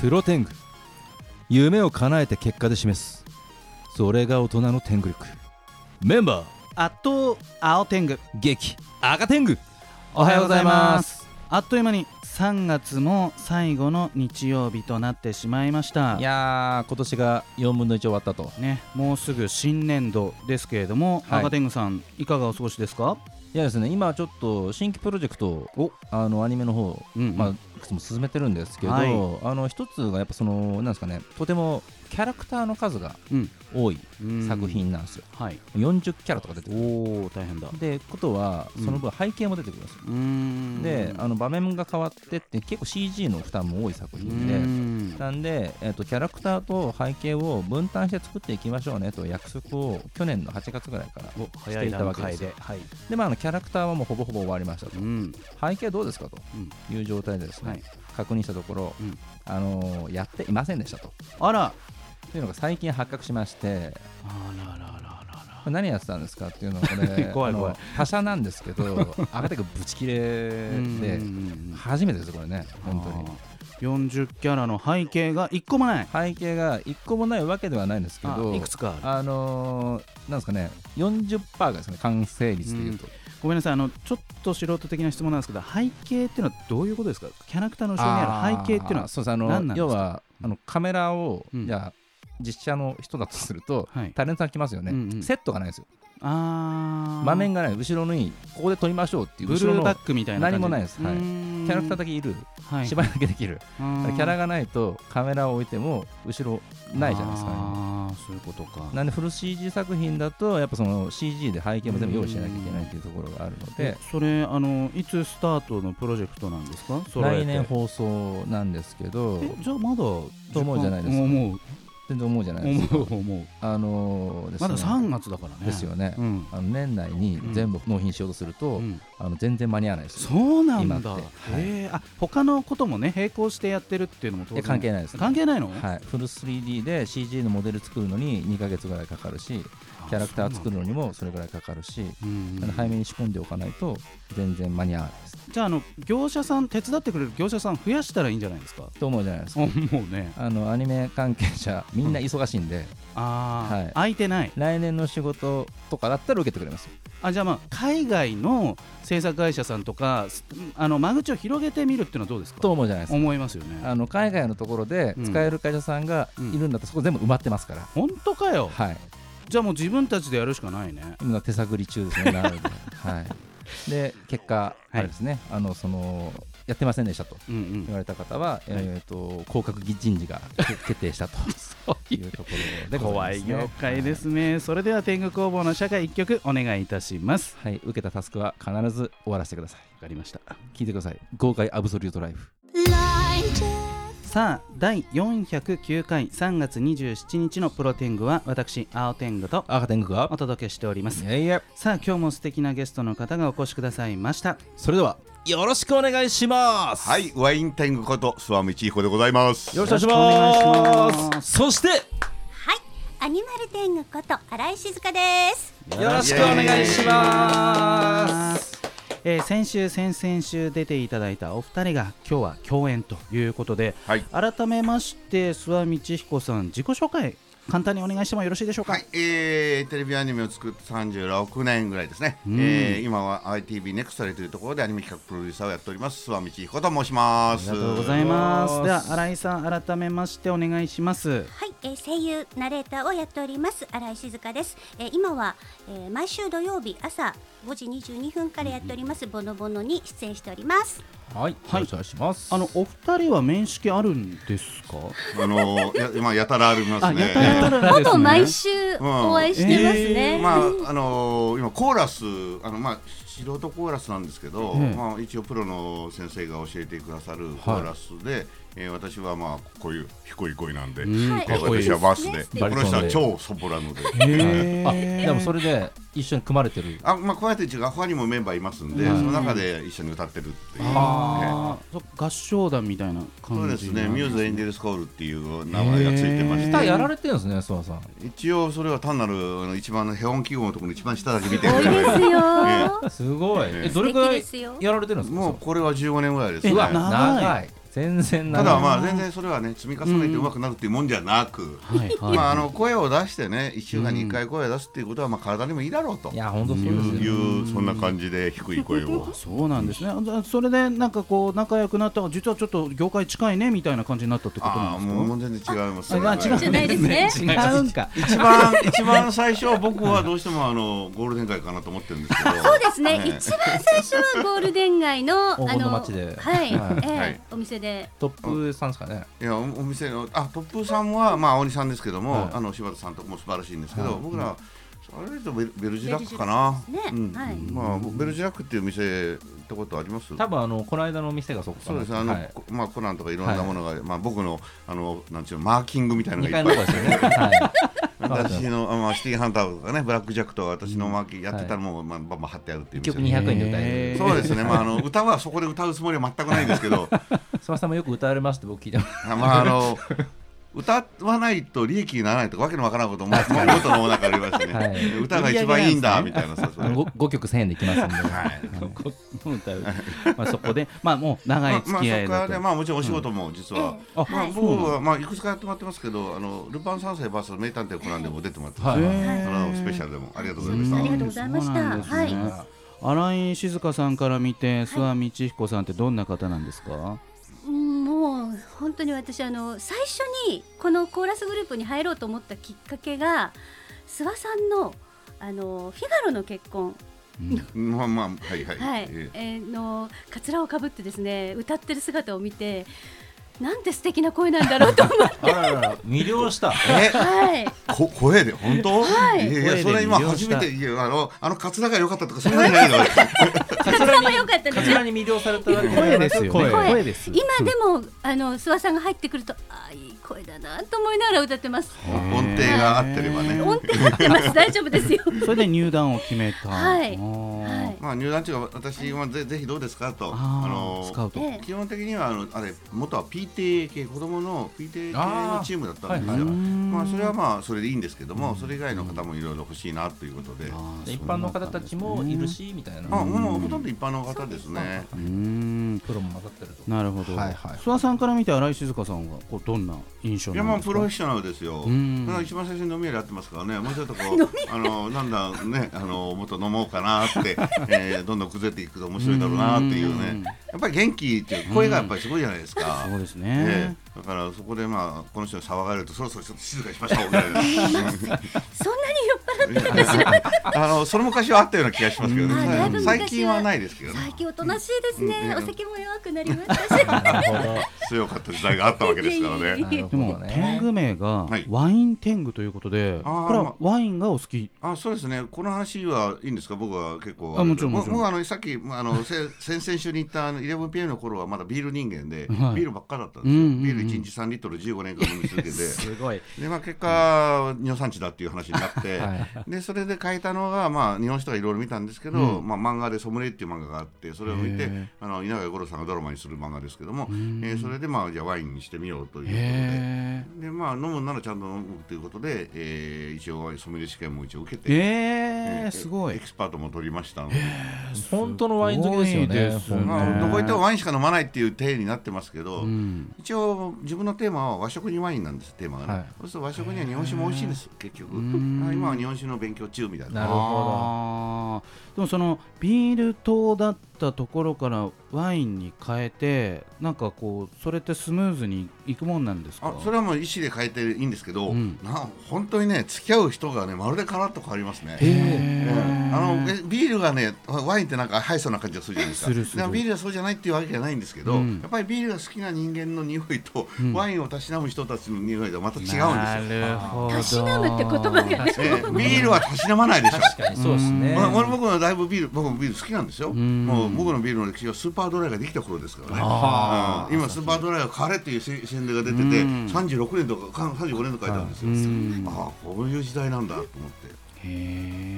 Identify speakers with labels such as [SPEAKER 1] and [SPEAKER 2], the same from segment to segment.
[SPEAKER 1] プロテング夢を叶えて結果で示すそれが大人の天狗力メンバー
[SPEAKER 2] あっと青天狗
[SPEAKER 1] 激赤天狗お
[SPEAKER 2] お
[SPEAKER 1] はようございます
[SPEAKER 2] あっという間に3月も最後の日曜日となってしまいました
[SPEAKER 1] いやー今年が4分の1終わったと
[SPEAKER 2] ね、もうすぐ新年度ですけれども、
[SPEAKER 1] はい
[SPEAKER 2] 赤天狗さんいかがお過ごしですか
[SPEAKER 1] いやですね今ちょっと新規プロジェクト
[SPEAKER 2] お
[SPEAKER 1] あのアニメの方
[SPEAKER 2] うんうん
[SPEAKER 1] まあ、いくつも進めてるんですけど、
[SPEAKER 2] はい
[SPEAKER 1] あの一つがやっぱそのなんですかねとてもキャラクターの数が
[SPEAKER 2] うん
[SPEAKER 1] 多い
[SPEAKER 2] うん
[SPEAKER 1] 作品なんですよ、
[SPEAKER 2] はい
[SPEAKER 1] 40キャラとか出てくる
[SPEAKER 2] おお大変だう
[SPEAKER 1] でことは
[SPEAKER 2] うん
[SPEAKER 1] その分背景も出てくるんですよ、
[SPEAKER 2] ーん
[SPEAKER 1] であの場面が変わってって結構 CG の負担も多い作
[SPEAKER 2] う
[SPEAKER 1] 品で、
[SPEAKER 2] ーん
[SPEAKER 1] なんで、えっとキャラクターと背景を分担して作っていきましょうねと約束を去年の8月ぐらいから
[SPEAKER 2] お
[SPEAKER 1] していたわけですよ
[SPEAKER 2] はい
[SPEAKER 1] で、まあ、あのキャラクターはもうほぼほぼ終わりましたと
[SPEAKER 2] うん
[SPEAKER 1] 背景どうですかと
[SPEAKER 2] うん
[SPEAKER 1] いう状態でですね、
[SPEAKER 2] はい
[SPEAKER 1] 確認したところ、
[SPEAKER 2] うん
[SPEAKER 1] あのーやっていませんでしたと
[SPEAKER 2] あら
[SPEAKER 1] というのが最近発覚しまして
[SPEAKER 2] あららららら
[SPEAKER 1] これ何やってたんですかっていうのはこれ
[SPEAKER 2] 怖い
[SPEAKER 1] あの
[SPEAKER 2] 怖い
[SPEAKER 1] 他社なんですけ ど赤手がブチ切れで初めてですこれね本当に
[SPEAKER 2] に40キャラの背景が1個もない
[SPEAKER 1] 背景が一個もないわけではないんですけ
[SPEAKER 2] あ
[SPEAKER 1] ど
[SPEAKER 2] いくつかある
[SPEAKER 1] あのー、なんですかね、40%がですね、完成率でいうと、
[SPEAKER 2] ごめんなさいあのちょっと素人的な質問なんですけど背景っていうのはどういうことですかキャラクターの後ろにある背景っていうの
[SPEAKER 1] あー
[SPEAKER 2] は
[SPEAKER 1] そうですあの
[SPEAKER 2] 何なんです
[SPEAKER 1] 要
[SPEAKER 2] か
[SPEAKER 1] はあのカメラを、
[SPEAKER 2] うん
[SPEAKER 1] じゃあ、実写の人だとすると、
[SPEAKER 2] はい
[SPEAKER 1] タレントさん来ますよね、
[SPEAKER 2] うんうん
[SPEAKER 1] セットがないんですよ、
[SPEAKER 2] あー
[SPEAKER 1] 場面がない、後ろに、ここで撮りましょうっていう、
[SPEAKER 2] ブル
[SPEAKER 1] 後ろ
[SPEAKER 2] ー
[SPEAKER 1] の
[SPEAKER 2] バックみたいな感じ
[SPEAKER 1] 何もないですはいキャラクターだ
[SPEAKER 2] け
[SPEAKER 1] けいる、
[SPEAKER 2] はい
[SPEAKER 1] 芝居だけできる、
[SPEAKER 2] キ
[SPEAKER 1] キャラ
[SPEAKER 2] が
[SPEAKER 1] がないと、カメラを置いても、後ろないじゃないですか、今
[SPEAKER 2] ああそういうことか
[SPEAKER 1] なんでフル CG 作品だと、やっぱその CG で背景も全部用意しなきゃいけないっていうところがあるので
[SPEAKER 2] で、それあのいつスタートのプロジェクトなんですか揃えて
[SPEAKER 1] 来年放送なんですけど、
[SPEAKER 2] えじゃあまだと
[SPEAKER 1] 思うじゃないですか
[SPEAKER 2] 思う
[SPEAKER 1] 全然思うじゃないですか。
[SPEAKER 2] 思う思う
[SPEAKER 1] あのーですね
[SPEAKER 2] まだ3月だからね
[SPEAKER 1] ですよね。
[SPEAKER 2] うん
[SPEAKER 1] あの年内に全部納品しようとすると、
[SPEAKER 2] うん
[SPEAKER 1] あの全然間に合わないです。
[SPEAKER 2] そうなんだ
[SPEAKER 1] 今ってはい
[SPEAKER 2] へえあ他のこともね並行してやってるっていうのも当
[SPEAKER 1] え
[SPEAKER 2] 然
[SPEAKER 1] 関係ないです。
[SPEAKER 2] 関係ないの
[SPEAKER 1] はい、フル 3D で CG のモデル作るのに2ヶ月ぐらいかかるしキャラクター作るのにもそれぐらいかかるし
[SPEAKER 2] うん
[SPEAKER 1] あの早めに仕込んでおかないと全然間に合わないです
[SPEAKER 2] じゃああの業者さん手伝ってくれる業者さん増やしたらいいんじゃないですか
[SPEAKER 1] と思うじゃないです
[SPEAKER 2] あ
[SPEAKER 1] か
[SPEAKER 2] もうね
[SPEAKER 1] あのアニメ関係者みんな忙しいんで、
[SPEAKER 2] ああ、
[SPEAKER 1] はい
[SPEAKER 2] 空いてない
[SPEAKER 1] 来年の仕事とかだったら受けてくれます
[SPEAKER 2] あじゃあまあ海外の制作会社さんとかすあの間口を広げてみるっていうのはどうですか
[SPEAKER 1] と思うじゃないですか
[SPEAKER 2] 思いますよね
[SPEAKER 1] あの海外のところで使える会社さんがいるんだったらそこ全部埋まってますから、
[SPEAKER 2] 本当かよ
[SPEAKER 1] はい
[SPEAKER 2] じゃあもう自分たちでやるしかないね
[SPEAKER 1] 今手探り中ですねなので,、はい、で結果
[SPEAKER 2] い
[SPEAKER 1] あれですね、あのそのやってませんでしたと
[SPEAKER 2] うんうん
[SPEAKER 1] 言われた方は、えっ、と降格人事が 決決定したというところでござ
[SPEAKER 2] 怖
[SPEAKER 1] い
[SPEAKER 2] い
[SPEAKER 1] ます、ね、
[SPEAKER 2] 業界ですね、それでは天狗工房の社会一曲お願いいたします
[SPEAKER 1] はい、はい、受けたタスクは必ず終わらせてください
[SPEAKER 2] わかりました
[SPEAKER 1] 聞いてください豪快アブソリュートライフ
[SPEAKER 2] さあ第409回3月27日のプロ天狗は私青天狗と
[SPEAKER 1] 赤天狗が
[SPEAKER 2] お届けしております
[SPEAKER 1] いやいや
[SPEAKER 2] さあ今日も素敵なゲストの方がお越しくださいました
[SPEAKER 1] それではよろしくお願いします
[SPEAKER 3] はい、ワイン天狗こと諏訪道彦でございます。
[SPEAKER 1] よろしくお願いし
[SPEAKER 2] よろしくお願いし
[SPEAKER 1] ま
[SPEAKER 2] ます
[SPEAKER 1] そして
[SPEAKER 4] はい、アニマル天狗こと新井静香です。
[SPEAKER 1] よろしくお願いしま。
[SPEAKER 2] ますす、えー先週先々週出ていただいたお二人が今日は共演ということで、
[SPEAKER 3] はい
[SPEAKER 2] 改めまして諏訪道彦さん自己紹介簡単にお願いしてもよろしいでしょうか、
[SPEAKER 3] はい、えー、テレビアニメを作って36年ぐらいですね。
[SPEAKER 2] うん
[SPEAKER 3] えー、今は ITV ネクストレというところでアニメ企画プロデューサーをやっております諏訪道彦と申します。
[SPEAKER 1] ありが
[SPEAKER 2] ありがとうございます
[SPEAKER 1] お
[SPEAKER 2] で
[SPEAKER 1] 願い
[SPEAKER 2] は
[SPEAKER 1] します
[SPEAKER 2] 新井さん改めましてお願いします
[SPEAKER 4] はい、えー声優ナレーターをやっております新井静香です。えー今は、えー毎週土曜日朝5時22分からやっておりますボノボノに出演しております。
[SPEAKER 1] はい、よろしくお願いします。
[SPEAKER 2] あのお二人は面識あるんですか
[SPEAKER 3] あのー、や今やたらあります
[SPEAKER 2] あ
[SPEAKER 3] ね。
[SPEAKER 2] やたらあるんですね
[SPEAKER 5] ほぼ毎週お会いしてますね。
[SPEAKER 3] まああのー今コーラスあのまあ素人コーラスなんですけど、
[SPEAKER 2] ええ
[SPEAKER 3] まあ一応プロの先生が教えてくださるコーラスで、えー私はまあこういう低い声なんで、
[SPEAKER 2] うん
[SPEAKER 3] えー
[SPEAKER 5] かっこいい
[SPEAKER 3] 私はバスで
[SPEAKER 5] ですね
[SPEAKER 3] この人は超ソプラノで。はい
[SPEAKER 2] へ
[SPEAKER 1] あ、でもそれで一緒に組まれてる。
[SPEAKER 3] あまあ、こうやって違う他にもメンバーいますんで、
[SPEAKER 2] はい
[SPEAKER 3] その中で一緒に歌ってるっていう、
[SPEAKER 2] あーそ合唱団みたいな感
[SPEAKER 3] そうで
[SPEAKER 2] じ
[SPEAKER 3] す
[SPEAKER 2] な
[SPEAKER 3] ね「
[SPEAKER 2] ん
[SPEAKER 3] ミューズ・エンデルス・コール」っていう名前がついてまし
[SPEAKER 1] 下
[SPEAKER 3] て、
[SPEAKER 1] やられてるんですね、諏訪さん。
[SPEAKER 3] 一応それは単なるあの一番のヘオン記号のところの一番下だけ見て
[SPEAKER 5] 多
[SPEAKER 3] る
[SPEAKER 5] いですよ。
[SPEAKER 1] すごい。え、どれく
[SPEAKER 4] 素
[SPEAKER 1] ら
[SPEAKER 4] 敵
[SPEAKER 1] い
[SPEAKER 4] ですよ
[SPEAKER 1] やられてるんですか。
[SPEAKER 3] もうこれは15年ぐらいです
[SPEAKER 1] う
[SPEAKER 3] ね
[SPEAKER 1] わ、
[SPEAKER 2] な
[SPEAKER 1] 長い。全然な
[SPEAKER 3] た
[SPEAKER 1] い
[SPEAKER 3] だまあ全然それはね積み重ねて上手くなるっていうもんじゃなく、
[SPEAKER 2] はいはい
[SPEAKER 3] まああの声を出してね1週間に1回声を出すっていうことはまあ体にもいいだろうと
[SPEAKER 1] い
[SPEAKER 3] い
[SPEAKER 1] や本当そうですよね
[SPEAKER 3] うそんな感じで低い声を
[SPEAKER 2] そうなんですね。あそれでなんかこう仲良くなった実はちょっと業界近いねみたいな感じになったってこと
[SPEAKER 3] あ
[SPEAKER 2] な
[SPEAKER 3] あ
[SPEAKER 2] んです
[SPEAKER 3] も
[SPEAKER 2] か。
[SPEAKER 3] う全然違いますそ
[SPEAKER 2] あ
[SPEAKER 3] れは
[SPEAKER 5] じゃないですね。
[SPEAKER 2] 違うんか。
[SPEAKER 3] 一番一番最初は僕はどうしてもあのゴールデン街かなと思ってるんですけど
[SPEAKER 5] そうですね。
[SPEAKER 3] はい
[SPEAKER 5] 一番最初はゴールデン街の
[SPEAKER 1] 黄金の街で
[SPEAKER 5] はい、え
[SPEAKER 1] はい
[SPEAKER 5] え
[SPEAKER 3] はい
[SPEAKER 5] お店で
[SPEAKER 1] トップさんですかね
[SPEAKER 3] いやおお店のあトップさんはまあ青鬼さんですけども、
[SPEAKER 1] はい
[SPEAKER 3] あの柴田さんとも素晴らしいんですけど、
[SPEAKER 1] はい
[SPEAKER 3] 僕らあれとベルベルジラックかな、
[SPEAKER 5] ベルジラックですね
[SPEAKER 3] うん
[SPEAKER 5] はい
[SPEAKER 3] まあベルジラックっていう店行ったことあります
[SPEAKER 1] 多分あのこの間のお店がそこか
[SPEAKER 3] そう
[SPEAKER 1] な
[SPEAKER 3] ですねあの、
[SPEAKER 1] はい
[SPEAKER 3] こまあコナンとかいろんなものが、まあ僕のあのなんちゅうのマーキングみたいなの
[SPEAKER 1] 二
[SPEAKER 3] がい
[SPEAKER 1] 階
[SPEAKER 3] っぱ
[SPEAKER 1] の
[SPEAKER 3] い
[SPEAKER 1] とこですよねはい
[SPEAKER 3] 私のあまあシティーハンターとかねブラックジャックとか私のマーキングやってたらもう、まあバンバン貼ってやるっていう
[SPEAKER 1] 一
[SPEAKER 3] 店
[SPEAKER 1] 曲200円で歌え
[SPEAKER 2] へ
[SPEAKER 1] る
[SPEAKER 2] ー
[SPEAKER 3] そうですねまああの歌はそこで歌うつもりは全くないんですけど
[SPEAKER 1] 諏訪さんもよく歌われますって僕聞いてます
[SPEAKER 3] あまああの歌わないと利益にならないとかわけのわからんこともも元の中でありましたね、
[SPEAKER 1] はい
[SPEAKER 3] 歌が一番いいんだみたいなさそ
[SPEAKER 1] あ
[SPEAKER 3] れ
[SPEAKER 1] の 5, 曲1000円でいきますんで、
[SPEAKER 3] はい
[SPEAKER 2] この歌う。まあそこでまあもう長い
[SPEAKER 3] ま
[SPEAKER 2] 付
[SPEAKER 3] あ、
[SPEAKER 2] き合い
[SPEAKER 3] まあ、そこ
[SPEAKER 2] だと
[SPEAKER 3] で、。まあ、もちろんお仕事も実は、
[SPEAKER 5] え
[SPEAKER 2] あ
[SPEAKER 5] えはい、
[SPEAKER 3] 僕は、まあ、いくつかやってもらってますけど、あの、ルパン三世バースの名探偵コナンでも出てもらってます。
[SPEAKER 1] はい
[SPEAKER 5] はい
[SPEAKER 3] あの、スペシャルでも、ありがとうございまし
[SPEAKER 5] ん
[SPEAKER 3] た。
[SPEAKER 5] ありがとうございました
[SPEAKER 2] そうなんですね
[SPEAKER 5] はい
[SPEAKER 2] 新井静香さんから見て諏訪道彦さんってどんな方なんですか。
[SPEAKER 5] うんもう本当に私あの最初にこのコーラスグループに入ろうと思ったきっかけが諏訪さんのあのフィガロの結婚、
[SPEAKER 3] うんまあ、まあ、はい、はい。
[SPEAKER 5] はい
[SPEAKER 3] ええ
[SPEAKER 5] えーのカツラをかぶってですね歌ってる姿を見てなんて素敵な声なんだろうと思って、
[SPEAKER 1] あららら魅了した
[SPEAKER 3] え
[SPEAKER 5] はい、
[SPEAKER 3] こ声で本当、
[SPEAKER 5] はい
[SPEAKER 3] いやいや
[SPEAKER 1] 声で
[SPEAKER 3] それ今
[SPEAKER 1] 魅了
[SPEAKER 3] 初
[SPEAKER 1] した
[SPEAKER 3] めていやあのあのカツラが良かったとかそんなんじゃないの
[SPEAKER 5] カツラも良かったですね
[SPEAKER 1] に魅了されただけ
[SPEAKER 2] 声ですよね。
[SPEAKER 5] 声
[SPEAKER 2] 声です。
[SPEAKER 5] 今でも、あの諏訪さんが入ってくるとああいい声だなと思いながら歌ってます
[SPEAKER 3] 音程が合ってればね
[SPEAKER 5] 音程合ってます大丈夫ですよ
[SPEAKER 2] それで入団を決めた。
[SPEAKER 5] はい
[SPEAKER 2] あー
[SPEAKER 5] はい
[SPEAKER 3] まあ入団中は私はぜぜひどうですかと
[SPEAKER 2] あー
[SPEAKER 3] の
[SPEAKER 2] スカウト。
[SPEAKER 5] ええ
[SPEAKER 3] 基本的にはあのあれ元は PTA 系子供の PTA 系のチームだったんですよ、
[SPEAKER 1] あーはいはい
[SPEAKER 3] まあ、それはまあそれでいいんですけども、それ以外の方もいろいろ欲しいなということで、
[SPEAKER 2] あー
[SPEAKER 1] 一般の方たちもいる。しみたいな
[SPEAKER 3] まあ、もうほとんど一般の方ですね。
[SPEAKER 2] そうなんですねうーん。
[SPEAKER 1] プロも混ざってると
[SPEAKER 2] なるほど。
[SPEAKER 1] はいはい
[SPEAKER 2] 諏訪さんから見て新井静香さんはこうどんな印象
[SPEAKER 3] い
[SPEAKER 2] な
[SPEAKER 3] やま
[SPEAKER 2] ん
[SPEAKER 3] あ
[SPEAKER 2] です
[SPEAKER 3] プ
[SPEAKER 2] か。
[SPEAKER 3] ロフェッショナルですよ。
[SPEAKER 2] うん
[SPEAKER 3] ただ一番最初に飲み屋でやってますからね。もうちょっ とこうあのなんだねあのもっと飲もうかなって、えーどんどん崩れていくと面白いだろうなっていう
[SPEAKER 2] うん
[SPEAKER 3] ね。やっぱり元気っていう声がやっぱりすごいじゃないですか。
[SPEAKER 2] そうです
[SPEAKER 3] え
[SPEAKER 2] ね。
[SPEAKER 3] えだからそこでまあこの人に騒がれるとそろそろちょっと静かにしましょうみたいな。
[SPEAKER 5] そんなに酔っ払っ
[SPEAKER 3] あのその昔はあったような気がしますけどね
[SPEAKER 5] うんあだいぶ。昔は
[SPEAKER 3] 最近はないですけどね。
[SPEAKER 5] 最近おとなしいですね、
[SPEAKER 3] うん
[SPEAKER 5] お酒も弱くなりましたし
[SPEAKER 1] なるほど
[SPEAKER 3] 強かった時代があったわけです からね。
[SPEAKER 1] なる
[SPEAKER 2] で
[SPEAKER 1] ほ
[SPEAKER 2] も
[SPEAKER 1] ど
[SPEAKER 2] 天
[SPEAKER 1] ね
[SPEAKER 2] 狗名が
[SPEAKER 3] はい
[SPEAKER 2] ワイン天狗ということで、
[SPEAKER 3] あー
[SPEAKER 2] これは
[SPEAKER 3] ま
[SPEAKER 2] ワインがお好き。
[SPEAKER 3] あそうですね、この話はいいんですか、僕は結構、
[SPEAKER 2] あもちろんも
[SPEAKER 3] も
[SPEAKER 2] ちろん
[SPEAKER 3] 僕はあのさっき、まあ、あのせ 先々週に行ったあの 11PM の頃はまだビール人間で、
[SPEAKER 2] はい
[SPEAKER 3] ビールばっかだったんですよ、
[SPEAKER 2] うんうんうん
[SPEAKER 3] ビール1日3リットル15年間飲み続 けて、
[SPEAKER 1] すごい
[SPEAKER 3] でまあ、結果、尿酸値だっていう話になって、
[SPEAKER 1] は い
[SPEAKER 3] でそれで変えたのが、まあ、日本史とかいろいろ見たんですけど、
[SPEAKER 2] う
[SPEAKER 3] まあ、漫画で「ソムリエ」っていう漫画があって、それを見
[SPEAKER 2] へ
[SPEAKER 3] て
[SPEAKER 2] ー、
[SPEAKER 3] あの稲垣吾郎さんがドラマにする漫画ですけども、
[SPEAKER 2] ん
[SPEAKER 3] えーそれで、まあ、じゃあワインにしてみようということで。
[SPEAKER 2] へ
[SPEAKER 3] でまあ、飲むならちゃんと飲むということで、えー一応ソムリエ試験も一応受けて
[SPEAKER 2] え。ええすご
[SPEAKER 3] エ
[SPEAKER 2] い
[SPEAKER 3] キ。スパートも取りましたので、
[SPEAKER 1] 本当のワイン好きですよね
[SPEAKER 2] すごいですね
[SPEAKER 3] まあ、どこ行ってもワインしか飲まないっていう体になってますけど、
[SPEAKER 2] うん。
[SPEAKER 3] 一応自分のテーマは和食にワインなんですテーマがね、
[SPEAKER 1] はい
[SPEAKER 3] そうすると和食には日本酒も美味しいんです結局
[SPEAKER 2] うん
[SPEAKER 3] あ今は日本酒の勉強中みたいな
[SPEAKER 1] なるほど
[SPEAKER 2] あーでもそのビール糖だったところからワインに変えてなんかこうそれってスムーズにいくもんなんですか
[SPEAKER 3] あそれはもう意思で変えていいんですけど、
[SPEAKER 2] うん
[SPEAKER 3] な本当にね付き合う人がねまるでカラッと変わりますね。
[SPEAKER 2] へ
[SPEAKER 3] う
[SPEAKER 2] ー
[SPEAKER 3] んあのえビールがねワインってなんかハイソな感じがするじゃないですか
[SPEAKER 2] するする
[SPEAKER 3] でもビールはそうじゃないっていうわけじゃないんですけど、
[SPEAKER 2] うん
[SPEAKER 3] やっぱりビールが好きな人間の匂いと、
[SPEAKER 2] うん
[SPEAKER 3] ワインをたしなむ人たちの匂いがまた違うんですよ。
[SPEAKER 2] なるほど
[SPEAKER 5] たしなむって言葉がね
[SPEAKER 3] ええビールはたしなまないでしょ。
[SPEAKER 1] 確かにそうですね
[SPEAKER 3] まあ、俺僕のだいぶビール僕もビール好きなんですよ。
[SPEAKER 2] ん
[SPEAKER 3] もう僕のビールの歴史はスーパードライができた頃ですからね。
[SPEAKER 1] あ
[SPEAKER 3] うん今スーパードライが枯れっていうせ宣伝が出て
[SPEAKER 2] う
[SPEAKER 3] て
[SPEAKER 2] ん
[SPEAKER 3] 三十六年とか三十五年とか書いてあるんですよ。
[SPEAKER 2] うん
[SPEAKER 3] ああこういう時代なんだと思って。
[SPEAKER 2] へ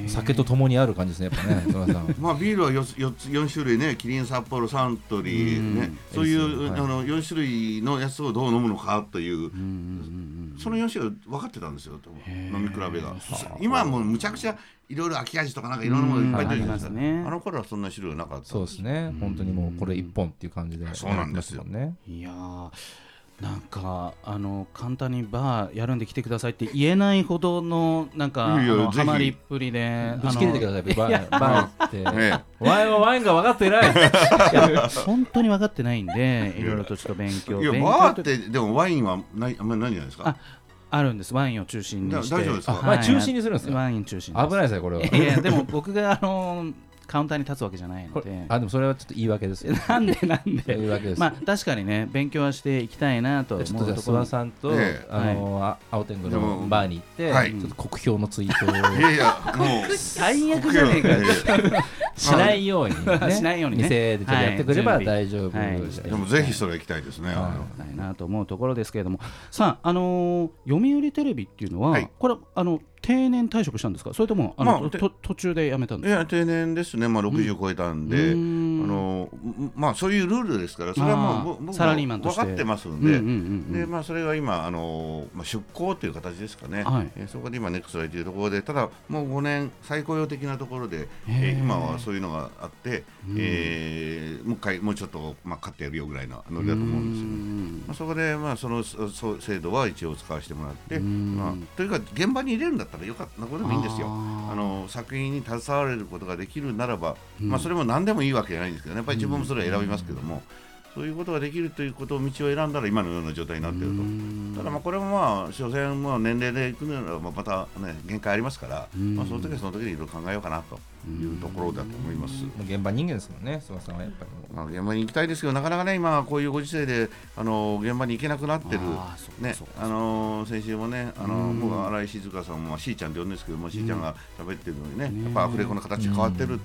[SPEAKER 2] ー
[SPEAKER 1] 酒と共にある感じですねや っぱね諏訪さん
[SPEAKER 3] まあビールは四つ四つ四種類ねキリン札幌サントリーねそういう、
[SPEAKER 1] はい
[SPEAKER 3] あの四種類のやつをどう飲むのかという、
[SPEAKER 2] うんうんうんうん
[SPEAKER 3] その4種類分かってたんですよ
[SPEAKER 2] へー
[SPEAKER 3] 飲み比べが
[SPEAKER 2] はあ
[SPEAKER 3] 今はもうむちゃくちゃいろいろ秋味とかなんかいろんなものいっぱい出てるじゃないですか、
[SPEAKER 2] うんありますね
[SPEAKER 3] あの頃はそんな種類はなかった
[SPEAKER 1] そうですね
[SPEAKER 2] うん
[SPEAKER 1] 本当にもうこれ一本っていう感じで
[SPEAKER 3] そうなんですよ
[SPEAKER 1] やってますもんね
[SPEAKER 2] いやーなんかあの簡単にバーやるんで来てくださいって言えないほどのなんかあ
[SPEAKER 3] いやいや
[SPEAKER 2] の
[SPEAKER 3] ぜひ
[SPEAKER 2] ハマりっぷりで
[SPEAKER 1] ぶち切れてくだ
[SPEAKER 2] さ
[SPEAKER 1] さいバーバーって
[SPEAKER 3] ええ
[SPEAKER 1] お前はワインが分かってない
[SPEAKER 2] い本当に分かってないんでいろいろとちょっと勉強
[SPEAKER 3] いや
[SPEAKER 2] 勉強
[SPEAKER 3] バーっ
[SPEAKER 2] というか
[SPEAKER 3] てでもワインはないあんまりないんじゃないですか
[SPEAKER 2] あるんですワインを中心にして
[SPEAKER 3] だ大丈夫ですか
[SPEAKER 2] あ
[SPEAKER 1] まあ中心にするんですか
[SPEAKER 2] ワイン中心
[SPEAKER 1] 危ないですねこれはい
[SPEAKER 2] やでも僕があのカウンターに立つわけじゃないの
[SPEAKER 1] こ
[SPEAKER 2] で
[SPEAKER 1] れあでもそれはちょっと言い訳ですよ
[SPEAKER 2] なんでなんで
[SPEAKER 1] 言い訳です
[SPEAKER 2] まあ確かにね勉強はしていきたいなと
[SPEAKER 1] じゃあちょっ
[SPEAKER 2] 思
[SPEAKER 1] とじゃあ諏
[SPEAKER 2] うところ
[SPEAKER 1] 訪さん
[SPEAKER 3] え
[SPEAKER 1] と、
[SPEAKER 3] え
[SPEAKER 1] あの、あ青天狗
[SPEAKER 3] でも
[SPEAKER 1] のバーに行って、
[SPEAKER 3] はい
[SPEAKER 1] ちょっと酷評のツイート
[SPEAKER 3] い
[SPEAKER 1] を
[SPEAKER 3] やいやもう
[SPEAKER 2] 最悪じゃねえか
[SPEAKER 3] いやいや
[SPEAKER 1] しないように、ね
[SPEAKER 2] しないようにね
[SPEAKER 1] 店でちょっとやってくれば
[SPEAKER 2] はい
[SPEAKER 1] 大丈夫
[SPEAKER 2] はい
[SPEAKER 1] ですね
[SPEAKER 3] でもぜひそれ行きたいですね、あの
[SPEAKER 2] ないなと思うところですけれどもさあ、あのー読売テレビっていうのは、
[SPEAKER 3] はい
[SPEAKER 2] これあの定年退職したんですかそれともあの、
[SPEAKER 3] まあ
[SPEAKER 2] とと途中で辞めたん
[SPEAKER 3] い
[SPEAKER 2] ですか
[SPEAKER 3] や定年ですね、まあ、60超えたんで、
[SPEAKER 2] うーん
[SPEAKER 3] あのんまあ、そういうルールですから、それは
[SPEAKER 2] あー
[SPEAKER 3] もうぼ僕
[SPEAKER 2] サラリーマンとして
[SPEAKER 3] 分かってますん
[SPEAKER 2] うんうん
[SPEAKER 3] で、
[SPEAKER 2] うんうん
[SPEAKER 3] でまあ、それは今、あのまあ、出向という形ですかね、
[SPEAKER 2] はい
[SPEAKER 3] えーそこで今、ネクストライというところで、ただ、もう5年、再雇用的なところで、
[SPEAKER 2] へ
[SPEAKER 3] え
[SPEAKER 2] ー
[SPEAKER 3] ー今はそういうのがあって、えーもう一回、もうちょっと、まあ、買ってやるよぐらいのノリだと思うんですよね。まあ、そこで、まあ、そのそそう制度は一応使わせてもらって、
[SPEAKER 2] うん
[SPEAKER 3] まあ、というか現場に入れるんだったらよかったなことでもいいんですよ
[SPEAKER 2] あ
[SPEAKER 3] あ
[SPEAKER 2] ー
[SPEAKER 3] の作品に携われることができるならば、まあ、それも何でもいいわけじゃないんですけどねやっぱり自分もそれを選びますけども、そういうことができるということを道を選んだら今のような状態になっていると。ただまあこれもまあ所詮まあ年齢でいくのはまあまたね限界ありますから、
[SPEAKER 2] うん
[SPEAKER 3] まあその時はその時にいろいろ考えようかなというところだと思います。
[SPEAKER 1] もう現場人間ですもんね諏訪さんはやっぱり
[SPEAKER 3] ま
[SPEAKER 1] もう
[SPEAKER 3] あ、現場に行きたいですけど、なかなかね、今、こういうご時世で、あの現場に行けなくなってる
[SPEAKER 2] あーそっ、か
[SPEAKER 3] ね
[SPEAKER 2] そっか
[SPEAKER 3] あの先週もね、あの僕は新井静香さんも、まあ、しーちゃんって呼んでるんですけども、しーちゃんが喋ってるのにね、
[SPEAKER 2] ね
[SPEAKER 3] やっぱアフレコの形変わってる、
[SPEAKER 2] うん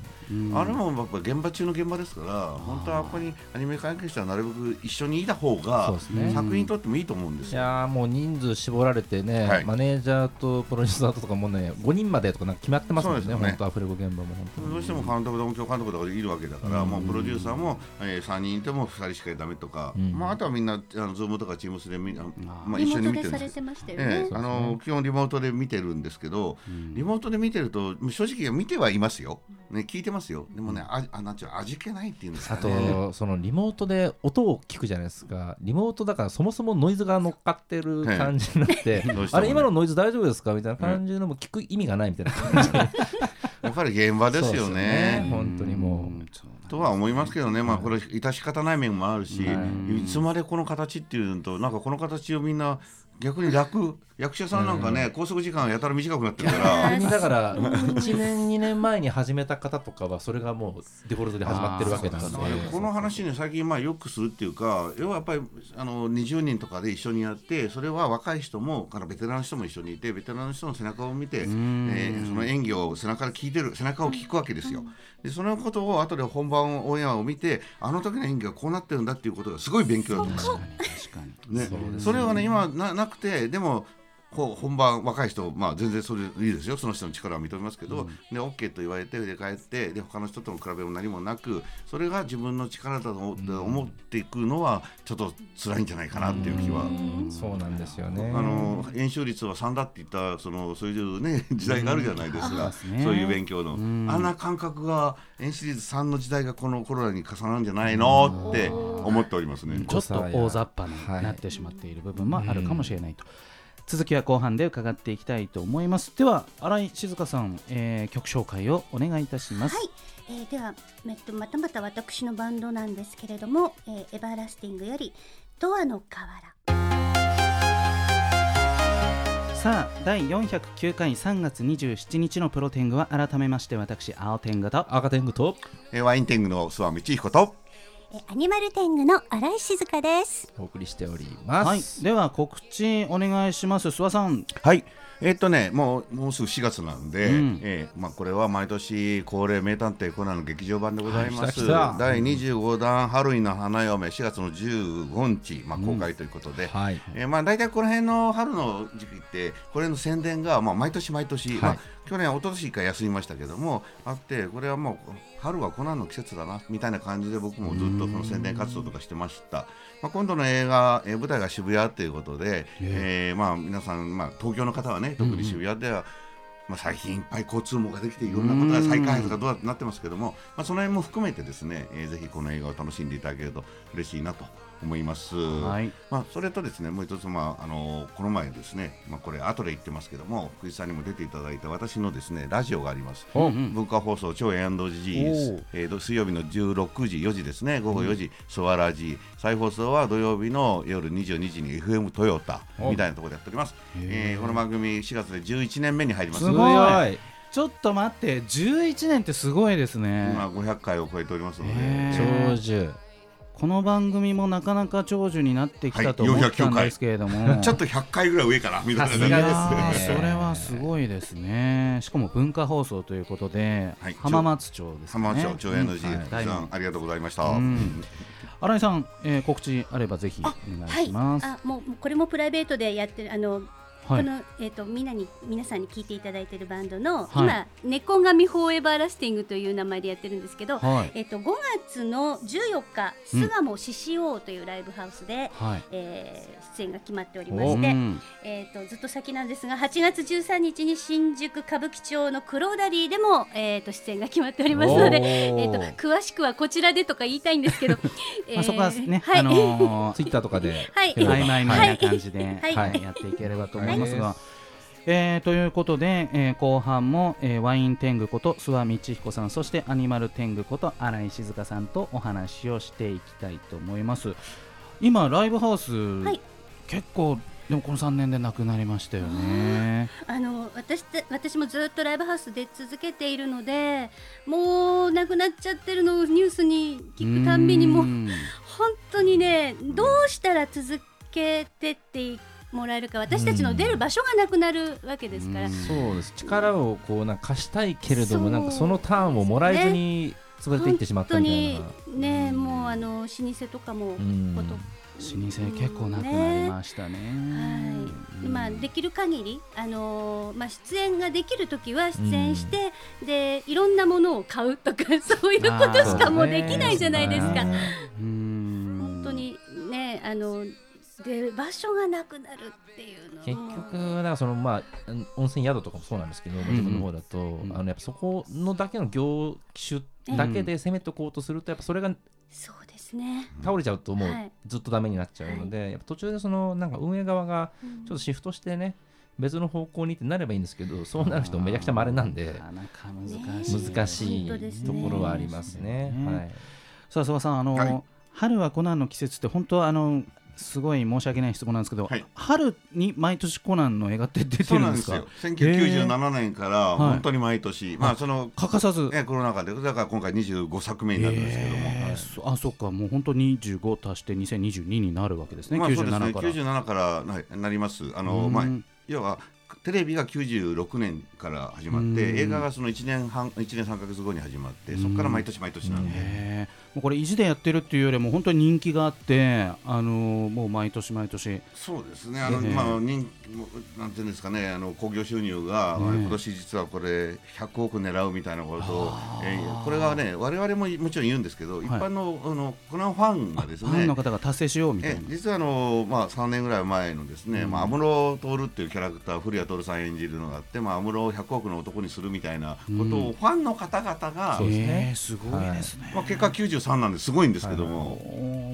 [SPEAKER 3] あれもやっぱ現場中の現場ですから、本当はここにアニメ関係者はなるべく一緒にいた方
[SPEAKER 1] そう
[SPEAKER 3] が
[SPEAKER 1] で、すね
[SPEAKER 3] 作品にとってもいいと思うんで
[SPEAKER 1] い
[SPEAKER 3] すよ。
[SPEAKER 1] やーもう人数絞られてね、
[SPEAKER 3] はい
[SPEAKER 1] マネージャーとプロデューサーとかもね5人までとかなんか決まってますもん
[SPEAKER 3] そうです
[SPEAKER 1] ね
[SPEAKER 3] よね
[SPEAKER 1] 本当アフレコ現場も本当に
[SPEAKER 3] どうしても監督と音響監督とかいるわけだから、もうプロデューサーも、えー、3人いても2人しかダメとか、
[SPEAKER 1] うん
[SPEAKER 3] まあ、あとはみんな、あのズームとかチームスでみんな、まあ、
[SPEAKER 5] リ
[SPEAKER 3] 一
[SPEAKER 5] モ
[SPEAKER 3] 緒に
[SPEAKER 5] ー
[SPEAKER 3] 見てるん
[SPEAKER 5] トで
[SPEAKER 3] で
[SPEAKER 5] さ
[SPEAKER 3] す
[SPEAKER 5] れてましたよ
[SPEAKER 3] え
[SPEAKER 5] ね
[SPEAKER 3] え、あの基本リモートで見てるんですけど、リモートで見てると正直見てはいますよ、ね、聞いてますよでもねああなんちゅう味気ないっていうんですか
[SPEAKER 1] あ
[SPEAKER 3] ね
[SPEAKER 1] とそのリモートで音を聞くじゃないですかリモートだからそもそもノイズが乗っかってる感じになって、
[SPEAKER 3] どうしても
[SPEAKER 1] あ
[SPEAKER 3] ね
[SPEAKER 1] れ今のノイズ大丈夫ですかみたいな感じのも聞く意味がないみたいな感じ
[SPEAKER 3] やっぱり現場ですよね
[SPEAKER 1] そうですよね本当にもう
[SPEAKER 3] とは思いますけどね、まあ、これ致し方ない面もあるし、
[SPEAKER 2] はい
[SPEAKER 3] い、つまでこの形っていうのとなんかこの形をみんな逆に楽役者さんなんかね、拘束時間がやたら短くなってるから。
[SPEAKER 1] 本当にだから1年2年前に始めた方とかはそれがもうデフォルトで始まってるわけなので
[SPEAKER 2] あーそうですね
[SPEAKER 3] この話ね最近まあよくするっていうか要はやっぱりあの20人とかで一緒にやってそれは若い人もからベテランの人も一緒にいてベテランの人の背中を見て、え
[SPEAKER 2] ん
[SPEAKER 3] ーその演技を背中から聞いてる背中を聞くわけですよ。でそのことを後で本番オンエアを見てあの時の演技がこうなってるんだっていうことがすごい勉強だと思います。
[SPEAKER 2] 確かに
[SPEAKER 3] ね、
[SPEAKER 1] そう
[SPEAKER 3] そ
[SPEAKER 1] ですね
[SPEAKER 3] れはね今ななくてでもこう本番若い人、まあ、全然それでいいですよその人の力は認めますけど、で OK と言われてで帰ってで他の人との比べも何もなくそれが自分の力だと思って思っていくのはちょっと辛いんじゃないかなっていう気は。
[SPEAKER 1] そうなんですよね
[SPEAKER 3] あの演習率は3だって言ったそのそういう、ね、時代があるじゃないですか、
[SPEAKER 2] そうですね
[SPEAKER 3] そういう勉強の、
[SPEAKER 2] ん
[SPEAKER 3] あんな感覚が演習率3の時代がこのコロナに重なるんじゃないのって思っておりますね。
[SPEAKER 2] ちょっと大雑把になってしまっている部分もあるかもしれないと、続きは後半で伺っていきたいと思いますでは新井静香さん、えー曲紹介をお願いいたします、
[SPEAKER 4] はい、えーでは、えっと、またまた私のバンドなんですけれども、えーエバーラスティングより「ドアの河原」
[SPEAKER 2] さあ第409回3月27日のプロテングは改めまして私青天狗と
[SPEAKER 1] 赤天狗と
[SPEAKER 3] えーワインテングの諏訪道彦と
[SPEAKER 4] えーアニマル天狗の新井静香です。
[SPEAKER 1] お送りしております、
[SPEAKER 2] はいでは告知お願いします諏訪さん
[SPEAKER 3] はい。えーっとね、もうもうすぐ4月なんで、
[SPEAKER 2] うん
[SPEAKER 3] えーまあ、これは毎年恒例名探偵コナンの劇場版でございます、
[SPEAKER 1] はい来た来た
[SPEAKER 3] 第25弾「ハロウィンの花嫁」4月の15日、まあ、公開ということで、
[SPEAKER 1] はい
[SPEAKER 3] えーまあ、大体この辺の春の時期ってこれの宣伝が、まあ、毎年毎年、まあ、去年一昨年一回休みましたけどもあってこれはもう春はコナンの季節だなみたいな感じで僕もずっとっとその宣伝活動とかしてました、まあ、今度の映画、えー舞台が渋谷ということで、えーまあ、皆さん、まあ、東京の方はね特に渋谷では、まあ、最近いっぱい交通網ができていろんなことが再開発がどうだってなってますけども、まあ、その辺も含めてですね、えーぜひこの映画を楽しんでいただけると嬉しいなと思います。
[SPEAKER 2] はい
[SPEAKER 3] まあ、それとですねもう一つ、まああのこの前ですね、まあ、これ後で言ってますけども福井さんにも出ていただいた私のですねラジオがあります、
[SPEAKER 2] うんうん
[SPEAKER 3] 文化放送超 A&G です
[SPEAKER 2] おー
[SPEAKER 3] えーと水曜日の16時4時ですね午後4時、ソワラジ再放送は土曜日の夜22時に FM トヨタみたいなところでやっております、えーこの番組4月で11年目に入ります
[SPEAKER 2] すごい
[SPEAKER 1] 強い
[SPEAKER 2] ちょっと待って11年ってすごいですね
[SPEAKER 3] 今500回を超えておりますので、
[SPEAKER 2] へー
[SPEAKER 1] 長寿
[SPEAKER 2] この番組もなかなか長寿になってき
[SPEAKER 3] は
[SPEAKER 2] た
[SPEAKER 3] い
[SPEAKER 2] と思ったん
[SPEAKER 3] 409回
[SPEAKER 2] ですけれど も
[SPEAKER 3] ちょっと100回ぐらい上かなみたいな
[SPEAKER 1] さすがですね
[SPEAKER 2] いや ーそれはすごいですね。しかも文化放送ということで、
[SPEAKER 3] はい
[SPEAKER 2] 浜松町ですね。
[SPEAKER 3] 浜松町長
[SPEAKER 2] うん
[SPEAKER 3] NG、
[SPEAKER 2] は
[SPEAKER 3] 福
[SPEAKER 2] い
[SPEAKER 3] 井さんありがとうございました、
[SPEAKER 2] うん新井さん、えー告知あればぜひ
[SPEAKER 5] あ
[SPEAKER 2] お願
[SPEAKER 5] はい
[SPEAKER 2] し
[SPEAKER 5] い、
[SPEAKER 2] ます。
[SPEAKER 5] あもうもうこれもプライベートでやってるあの、
[SPEAKER 2] はい
[SPEAKER 5] このえっ、とみんなに皆さんに聞いていただいてるバンド
[SPEAKER 2] は
[SPEAKER 5] の、
[SPEAKER 2] い
[SPEAKER 5] 今猫神フォーエバーラスティングという名前でやってるんですけど、
[SPEAKER 2] はい
[SPEAKER 5] えっ、と5月の14日巣鴨獅子王というライブハウスで、
[SPEAKER 2] はい。
[SPEAKER 5] えー出演が決まっておりま
[SPEAKER 2] おう
[SPEAKER 5] して、
[SPEAKER 2] ん
[SPEAKER 5] えー、とずっと先なんですが8月13日に新宿歌舞伎町のクローダリーでも、えー、と出演が決まっておりますので、え
[SPEAKER 1] お
[SPEAKER 5] ー、と
[SPEAKER 1] ー
[SPEAKER 5] 詳しくはこちらでとか言いたいんですけど、え
[SPEAKER 2] まあそこはね、
[SPEAKER 5] はい、
[SPEAKER 2] あのー
[SPEAKER 1] ツイッターとかで
[SPEAKER 5] はい
[SPEAKER 1] 広
[SPEAKER 2] 曖
[SPEAKER 1] がは
[SPEAKER 2] 昧ないな感じで、
[SPEAKER 5] はい
[SPEAKER 2] はい
[SPEAKER 5] はい
[SPEAKER 2] やっていければと思います
[SPEAKER 1] は
[SPEAKER 2] が
[SPEAKER 1] い。
[SPEAKER 2] えーということで、えー後半も、えーワイン天狗こと諏訪道彦さんそしてアニマル天狗こと新井静香さんとお話をしていきたいと思います今ライブハウス、
[SPEAKER 5] はい
[SPEAKER 2] 結構でもこの3年でなくなりましたよね
[SPEAKER 5] あの私って私もずっとライブハウス出続けているのでもうなくなっちゃってるのをニュースに聞くたんびにもう
[SPEAKER 2] うん
[SPEAKER 5] 本当にねどうしたら続けてってもらえるか私たちの出る場所がなくなるわけですから
[SPEAKER 2] うん
[SPEAKER 1] そうです力をこうなんか貸したいけれども
[SPEAKER 5] そう
[SPEAKER 1] なんかそのターンをもらえずに潰れていってしまったみたいな
[SPEAKER 5] 本当にねもうあの老舗とか
[SPEAKER 1] う
[SPEAKER 5] も
[SPEAKER 1] ん
[SPEAKER 5] こと
[SPEAKER 2] 老舗結構なくなりましたね
[SPEAKER 5] はい、
[SPEAKER 2] うん
[SPEAKER 5] まあできる限りあのーまあ出演ができるときは出演して、でいろんなものを買うとか そういうことしかもうできないじゃないです
[SPEAKER 1] あ
[SPEAKER 5] か。
[SPEAKER 1] ー
[SPEAKER 2] うん
[SPEAKER 5] 本当にねあので場所がなくなるっていうのは
[SPEAKER 1] 結局だからそのまあうん温泉宿とかもそうなんですけど、
[SPEAKER 2] ん
[SPEAKER 1] 自分の方だと、
[SPEAKER 2] ん
[SPEAKER 1] あのやっぱそこのだけの業種だけで攻めてこうとするとやっぱそれが
[SPEAKER 5] そうですね。
[SPEAKER 1] 倒れちゃうともう
[SPEAKER 5] はい
[SPEAKER 1] ずっとダメになっちゃうので、やっぱ途中でそのなんか運営側が
[SPEAKER 5] うん
[SPEAKER 1] ちょっとシフトしてね、別の方向にってなればいいんですけどそうなる人めちゃくちゃ稀なんで
[SPEAKER 2] なかなか難しい、
[SPEAKER 1] 難しい
[SPEAKER 5] 本当ですね
[SPEAKER 1] ところはありますね。
[SPEAKER 2] そうです
[SPEAKER 1] はい
[SPEAKER 2] さあ諏訪さんあの、
[SPEAKER 3] はい
[SPEAKER 2] 春はコナンの季節って本当はあのすごい申し訳ない質問なんですけど、
[SPEAKER 3] はい
[SPEAKER 2] 春に毎年コナンの映画って出
[SPEAKER 3] そ
[SPEAKER 2] て
[SPEAKER 3] う
[SPEAKER 2] る
[SPEAKER 3] なんんで
[SPEAKER 2] で
[SPEAKER 3] すす
[SPEAKER 2] か
[SPEAKER 3] よ。1997年から
[SPEAKER 2] はい
[SPEAKER 3] 本当に毎年、まあその、
[SPEAKER 2] 欠かさず、
[SPEAKER 3] ね、コロナ禍でだから今回25作目になるんですけども、
[SPEAKER 2] えーそあそっかもう本当25足して2022になるわけですね、
[SPEAKER 3] まあそうですね
[SPEAKER 2] 97から。
[SPEAKER 3] 97からはいなりますあの、
[SPEAKER 2] うん
[SPEAKER 3] まあ、要はテレビが96年から始まっ
[SPEAKER 2] う
[SPEAKER 3] て
[SPEAKER 2] ん
[SPEAKER 3] 映画がその1年半1年3か月後に始まってそこから毎年毎年なんで、
[SPEAKER 2] へーもうこれ意地でやってるっていうよりも本当に人気があって、あのーもう毎年毎年
[SPEAKER 3] そうですねあの、
[SPEAKER 2] ねえ
[SPEAKER 3] まあ人なんていうんですかねあの興行収入が、
[SPEAKER 2] ねえ
[SPEAKER 3] 今年実はこれ100億狙うみたいなことを、えーこれがね我々ももちろん言うんですけど、一般のあのコナンファンがです
[SPEAKER 2] フ
[SPEAKER 3] ね
[SPEAKER 2] ァンの方が達成しようみたい
[SPEAKER 3] え
[SPEAKER 2] な。
[SPEAKER 3] 実はあの、まあ、3年ぐらい前のですね、まあ、安室徹っていうキャラクター古谷徹さん演じるのがあって、まあ、安室を100億の男にするみたいなことをファンの方々が、
[SPEAKER 1] そうですね
[SPEAKER 2] えーすごいですね。
[SPEAKER 3] まあ、結果93なんですごいんですけども。
[SPEAKER 2] お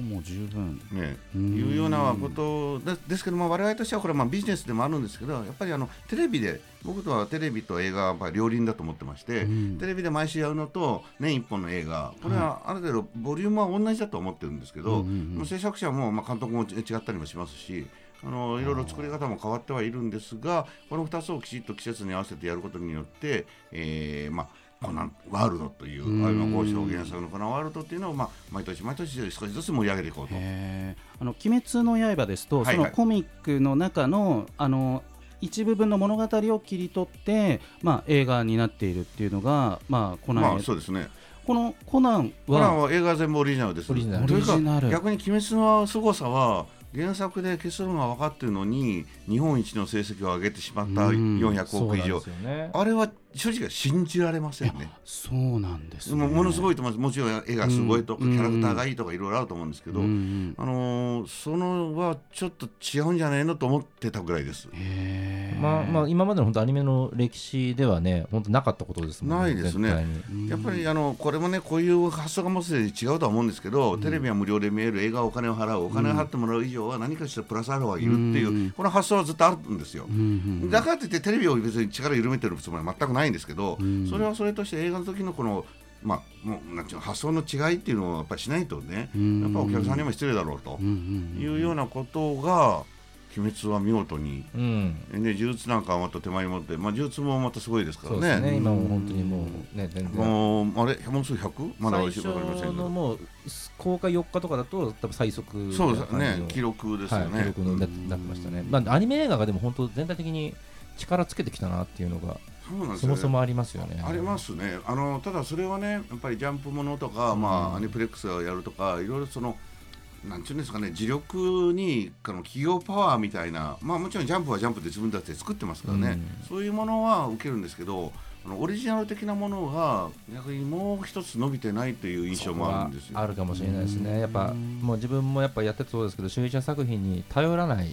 [SPEAKER 2] ーもう十分。
[SPEAKER 3] ね、
[SPEAKER 2] ん
[SPEAKER 3] いうようなことでですけども我々としてはこれはまあビジネスでもあるんですけどやっぱりあのテレビで僕とはテレビと映画はやっぱり両輪だと思ってまして、
[SPEAKER 2] ん
[SPEAKER 3] テレビで毎週やるのと年一本の映画これはある程度ボリュームは同じだと思ってるんですけど、
[SPEAKER 2] うんうんうん
[SPEAKER 3] もう制作者もまあ監督も違ったりもしますし。あのいろいろ作り方も変わってはいるんですがこの2つをきちっと季節に合わせてやることによって、えーまあ、コナンワールドという
[SPEAKER 2] うん
[SPEAKER 3] あのこう表現するのコナンワールドっていうのを、まあ、毎年毎年少しずつ盛り上げていこうと
[SPEAKER 2] えーあの鬼滅の刃ですと、
[SPEAKER 3] はいはい
[SPEAKER 2] そのコミックの中のあの一部分の物語を切り取って、まあ映画になっているっていうのが、まあコナン、
[SPEAKER 3] まあそうですね。
[SPEAKER 2] このコナン
[SPEAKER 3] これ
[SPEAKER 2] は
[SPEAKER 3] は映画全部オリジナルです。
[SPEAKER 1] オリジナル
[SPEAKER 3] というか
[SPEAKER 2] オリジナル
[SPEAKER 3] 逆に鬼滅の凄さは原作で結論が分かっているのに日本一の成績を上げてしまった
[SPEAKER 2] うん
[SPEAKER 3] 400億以上
[SPEAKER 1] そうなんです。よね
[SPEAKER 3] あれは正直信じられませんね。
[SPEAKER 2] そうなんです、ね、
[SPEAKER 3] ものすご
[SPEAKER 2] い
[SPEAKER 3] いと思いますもちろん絵がすごいとか、
[SPEAKER 2] うん
[SPEAKER 3] キャラクターがいいとかいろいろあると思うんですけど、
[SPEAKER 2] うん
[SPEAKER 3] あのーそのはちょっと違うんじゃないのと思ってたぐらいです。
[SPEAKER 2] へー
[SPEAKER 1] まあまあ、今までの本当アニメの歴史ではね本当なかったことですもん
[SPEAKER 3] ないですね
[SPEAKER 1] 絶対に
[SPEAKER 2] うん
[SPEAKER 3] やっぱりあのこれもねこういう発想がもうすでに違うとは思うんですけど、テレビは無料で見える映画はお金を払うお金を払ってもらう以上は何かしらプラスアルファがいるっていう、
[SPEAKER 2] うん
[SPEAKER 3] この発想はずっとあるんですよ
[SPEAKER 2] う。んうん
[SPEAKER 3] だからといってテレビを別に力を緩めてるつもりは全くないんですけど、
[SPEAKER 2] うん
[SPEAKER 3] それはそれとして映画の時のこの,、まあ、もうなんていうの発想の違いっていうのをやっぱりしないとね、
[SPEAKER 2] うん
[SPEAKER 3] やっぱお客さんにも失礼だろうと
[SPEAKER 2] うんうん
[SPEAKER 3] いうようなことが「鬼滅」は見事に。
[SPEAKER 1] うん
[SPEAKER 3] ね、呪術なんかはまた手前に持って、まあ、呪術もまたすごいですか
[SPEAKER 1] そうです
[SPEAKER 3] ら
[SPEAKER 1] ね
[SPEAKER 3] ね。
[SPEAKER 1] 今もう本当にもうね全然
[SPEAKER 3] もうあれもうすぐ 100? まだ
[SPEAKER 1] 最
[SPEAKER 3] 私
[SPEAKER 1] 初
[SPEAKER 3] 分かりませんけ
[SPEAKER 1] の
[SPEAKER 3] ど。
[SPEAKER 1] もう公開4日とかだと多分最速みたい
[SPEAKER 3] そう
[SPEAKER 1] な
[SPEAKER 3] です
[SPEAKER 1] 感じの
[SPEAKER 3] ね記録ですよ
[SPEAKER 1] はい、
[SPEAKER 3] ね。
[SPEAKER 1] 記録にななってましたね、まあ、アニメ映画がでも本当全体的に力つけてきたなっていうのが
[SPEAKER 3] そうなんです
[SPEAKER 1] そ
[SPEAKER 3] よね
[SPEAKER 1] もそもありますよね
[SPEAKER 3] ありますねあのただそれはねやっぱりジャンプものとか、まあ、アニプレックスをやるとかいろいろそのなんていうんですかね自力にあの企業パワーみたいな、まあ、もちろんジャンプはジャンプで自分たちで作ってますからね、そういうものは受けるんですけどあのオリジナル的なものが逆にもう一つ伸びてないという印象もあるんですよ。
[SPEAKER 1] あるかもしれないですねやっぱもう自分もやっぱやっててそうですけど周囲者作品に頼らない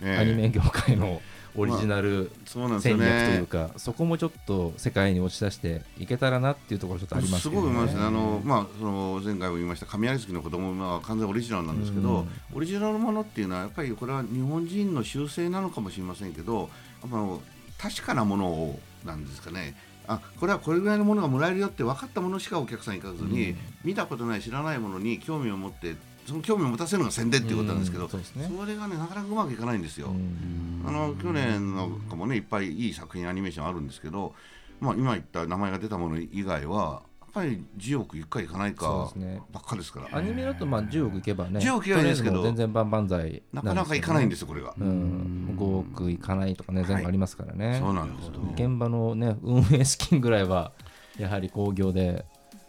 [SPEAKER 3] ええ
[SPEAKER 1] アニメ業界のオリジナル
[SPEAKER 3] そうなんですよ
[SPEAKER 1] 戦略とい
[SPEAKER 3] ね
[SPEAKER 1] うか、そこもちょっと世界に押し出していけたらなっていうところちょっとありますすけ
[SPEAKER 3] ごい
[SPEAKER 1] ど、ね、
[SPEAKER 3] 思いますね、あのまあ、その前回も言いました、神有月の子供は完全オリジナルなんですけど、オリジナルものっていうのは、やっぱりこれは日本人の習性なのかもしれませんけど、あの確かなものを、なんですかね、あこれはこれぐらいのものがもらえるよって分かったものしかお客さん行かずに、見たことない、知らないものに興味を持って、その興味を持たせるのが宣伝っていうことなんですけど、
[SPEAKER 1] うんそうですね
[SPEAKER 3] それがね、なかなかうまくいかないんですよ。
[SPEAKER 1] うん
[SPEAKER 3] あの去年のかもねいっぱいいい作品アニメーションあるんですけど、まあ、今言った名前が出たもの以外はやっぱり10億いくかいかない
[SPEAKER 1] そ
[SPEAKER 3] か
[SPEAKER 1] うですね
[SPEAKER 3] ばっかですから
[SPEAKER 1] アニメだとまあ10億いけばね
[SPEAKER 3] 10億いけばいいですけど
[SPEAKER 1] とりあえずもう全然万々歳
[SPEAKER 3] なかなかいかないんですすよこれが
[SPEAKER 1] け。どね、うん、5億いかないとかね全部ありますからね、
[SPEAKER 3] そうなんですよ
[SPEAKER 1] 現場のね運営資金ぐらいはやはり興行で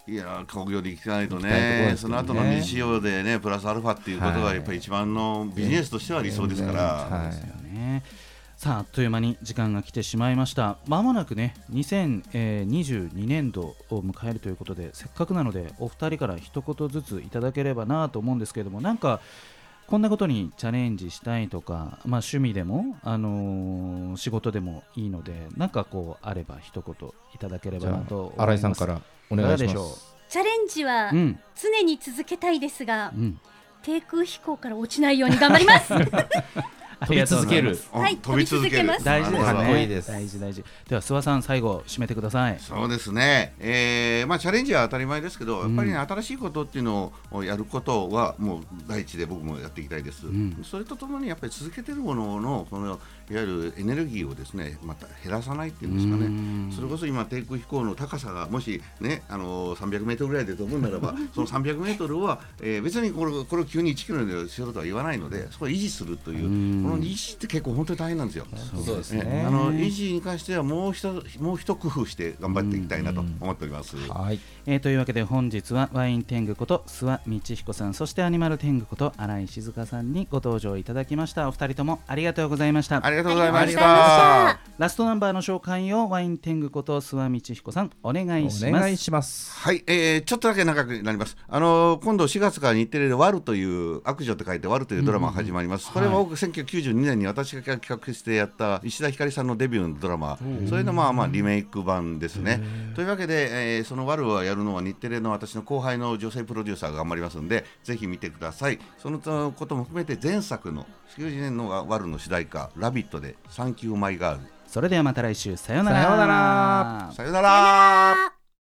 [SPEAKER 3] いやー興行で行かないと
[SPEAKER 1] 行きたいところ
[SPEAKER 3] ね
[SPEAKER 1] です
[SPEAKER 3] そ
[SPEAKER 1] けど
[SPEAKER 3] の
[SPEAKER 1] ね
[SPEAKER 3] 後の未使用でねプラスアルファっていうこと
[SPEAKER 1] は
[SPEAKER 3] が
[SPEAKER 1] い
[SPEAKER 3] やっぱり一番のビジネスとしては理想ですから、
[SPEAKER 1] は
[SPEAKER 2] ですよね。さああっという間に時間が来てしまいましたまもなくね2022年度を迎えるということでせっかくなのでお二人から一言ずついただければなと思うんですけれどもなんかこんなことにチャレンジしたいとか、まあ、趣味でも、あのー仕事でもいいのでなんかこうあれば一言いただけれ
[SPEAKER 1] いじ
[SPEAKER 2] ばな
[SPEAKER 1] ゃ
[SPEAKER 2] と思い
[SPEAKER 1] あ
[SPEAKER 2] ます
[SPEAKER 1] 新井さんからお願いし
[SPEAKER 2] いかがで
[SPEAKER 1] ま
[SPEAKER 2] し
[SPEAKER 1] す
[SPEAKER 2] ょ
[SPEAKER 5] チャレンジは
[SPEAKER 2] うん
[SPEAKER 5] 常に続けたいですが、
[SPEAKER 2] うん
[SPEAKER 5] 低空飛行から落ちないように頑張ります。
[SPEAKER 2] ありがとうございます
[SPEAKER 3] あ
[SPEAKER 5] はい
[SPEAKER 3] 飛び続ける
[SPEAKER 5] 飛び続けます
[SPEAKER 2] 大事ですね
[SPEAKER 1] かっこいいです
[SPEAKER 2] 大事大事では諏訪さん最後締めてください
[SPEAKER 3] そうですね、えーまあ、チャレンジは当たり前ですけど、やっぱり、ね新しいことっていうのをやることは、もう第一で僕もやっていきたいです、
[SPEAKER 2] ん
[SPEAKER 3] それとともに、やっぱり続けてるものの、このいわゆるエネルギーをですねまた減らさないっていうんですか
[SPEAKER 2] う
[SPEAKER 3] ね、それこそ今、低空飛行の高さが、もしね、あの300メートルぐらいで飛ぶならば、その300メートルは、えー別にこれこれを急に1キロにしろとは言わないので、そこを維持するという、この維持って結構本当に大変なんですよ。
[SPEAKER 1] そうです
[SPEAKER 3] ええ
[SPEAKER 1] ね
[SPEAKER 3] あの維持に関してはもうひともう一工夫して頑張っていきたいなと思っております。
[SPEAKER 1] はい
[SPEAKER 2] えーというわけで本日はワイン天狗こと諏訪道彦さんそしてアニマル天狗こと新井静香さんにご登場いただきましたお二人ともありがとうございました
[SPEAKER 3] ありがとうございまし
[SPEAKER 5] ありがとうございました
[SPEAKER 3] た。
[SPEAKER 2] ラストナンバーの紹介をワイン天狗こと諏訪道彦さんお願いし
[SPEAKER 1] お
[SPEAKER 2] ま
[SPEAKER 1] 願い
[SPEAKER 2] す
[SPEAKER 1] します
[SPEAKER 3] はい、えーちょっとだけ長くなります。あのー今度4月から日テレで「ワルという悪女って書いて「ワルというドラマが始まります。これは僕1992年に私が企画してやった石田ひかりさんのデビューのドラマ、それのまあまあリメイク版ですね。というわけで、えーその「ワルをやるのは日テレの私の後輩の女性プロデューサーが頑張りますんで、ぜひ見てください。そのことも含めて前作の90年の「ワルの主題歌「ラビット!」で「サンキューマイガール
[SPEAKER 2] それではまた来週さようなら
[SPEAKER 1] さようなら」
[SPEAKER 3] さよなら